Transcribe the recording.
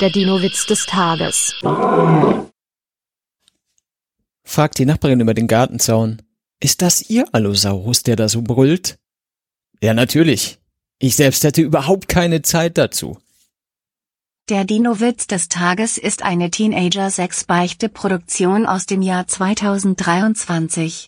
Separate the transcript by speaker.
Speaker 1: Der Dino-Witz des Tages.
Speaker 2: fragt die Nachbarin über den Gartenzaun. Ist das Ihr Allosaurus, der da so brüllt? Ja, natürlich. Ich selbst hätte überhaupt keine Zeit dazu.
Speaker 3: Der Dino-Witz des Tages ist eine Teenager-6-Beichte-Produktion aus dem Jahr 2023.